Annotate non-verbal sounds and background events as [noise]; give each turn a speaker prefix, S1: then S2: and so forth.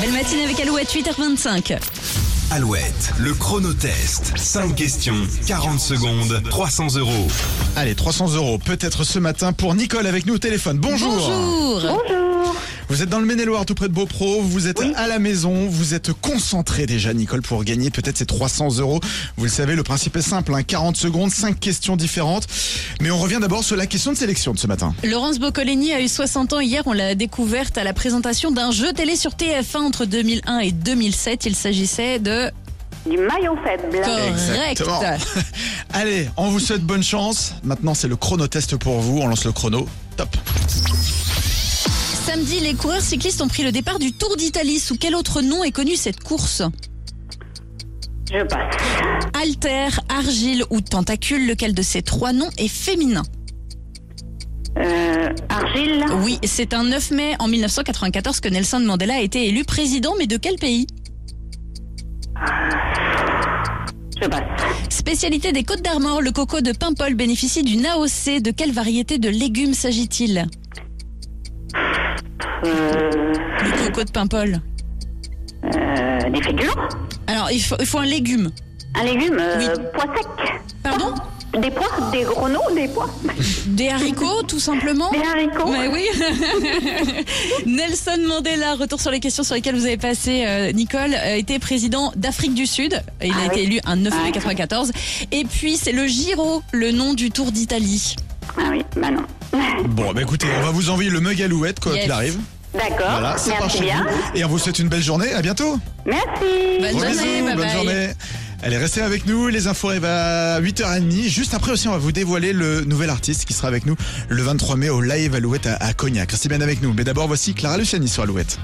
S1: Belle matinée avec Alouette, 8h25.
S2: Alouette, le chronotest. 5 questions, 40 secondes, 300 euros.
S3: Allez, 300 euros, peut-être ce matin pour Nicole avec nous au téléphone. Bonjour.
S1: Bonjour.
S3: Vous êtes dans le Maine-et-Loire, tout près de Beaupro. Vous êtes à la maison. Vous êtes concentré déjà, Nicole, pour gagner peut-être ces 300 euros. Vous le savez, le principe est simple hein, 40 secondes, 5 questions différentes. Mais on revient d'abord sur la question de sélection de ce matin.
S1: Laurence Boccolini a eu 60 ans hier. On l'a découverte à la présentation d'un jeu télé sur TF1 entre 2001 et 2007. Il s'agissait de
S4: Du maillon faible.
S1: correct.
S3: Exactement. [laughs] Allez, on vous souhaite bonne chance. Maintenant, c'est le chronotest pour vous. On lance le chrono. Top.
S1: Samedi, les coureurs cyclistes ont pris le départ du Tour d'Italie. Sous quel autre nom est connue cette course
S4: Je passe.
S1: Alter, argile ou tentacule, lequel de ces trois noms est féminin
S4: Euh, argile.
S1: Oui, c'est un 9 mai en 1994 que Nelson Mandela a été élu président, mais de quel pays
S4: Je passe.
S1: Spécialité des Côtes d'Armor, le coco de Paimpol bénéficie d'une AOC. De quelle variété de légumes s'agit-il
S4: Euh,
S1: Le coco de Paimpol.
S4: euh, des féculents.
S1: Alors, il faut, il faut un légume.
S4: Un légume. euh,
S1: Oui.
S4: Pois sec.
S1: Pardon
S4: Des pois, des gros noms, des pois.
S1: Des haricots, tout simplement
S4: Des haricots.
S1: Mais oui [laughs] Nelson Mandela, retour sur les questions sur lesquelles vous avez passé, euh, Nicole, a été président d'Afrique du Sud. Il a
S4: Ah
S1: été
S4: oui.
S1: élu un 9
S4: Ah
S1: mai
S4: oui.
S1: 94. Et puis, c'est le Giro, le nom du Tour d'Italie.
S4: Ah oui, bah non. [laughs]
S3: Bon, bah écoutez, on va vous envoyer le mug Alouette quand
S1: Yes.
S3: il arrive.
S4: D'accord.
S3: Voilà, c'est par
S4: Ah, Merci
S3: chez
S4: bien.
S3: vous. Et on vous souhaite une belle journée. À bientôt.
S4: Merci.
S1: Bonne
S3: Gros
S1: journée,
S3: bisous,
S1: bye
S3: bonne
S1: bye.
S3: journée. Allez, restez avec nous. Les infos arrivent à 8h30. Juste après aussi, on va vous dévoiler le nouvel artiste qui sera avec nous le 23 mai au Live Alouette à, à Cognac. Restez bien avec nous. Mais d'abord, voici Clara Luciani sur Alouette.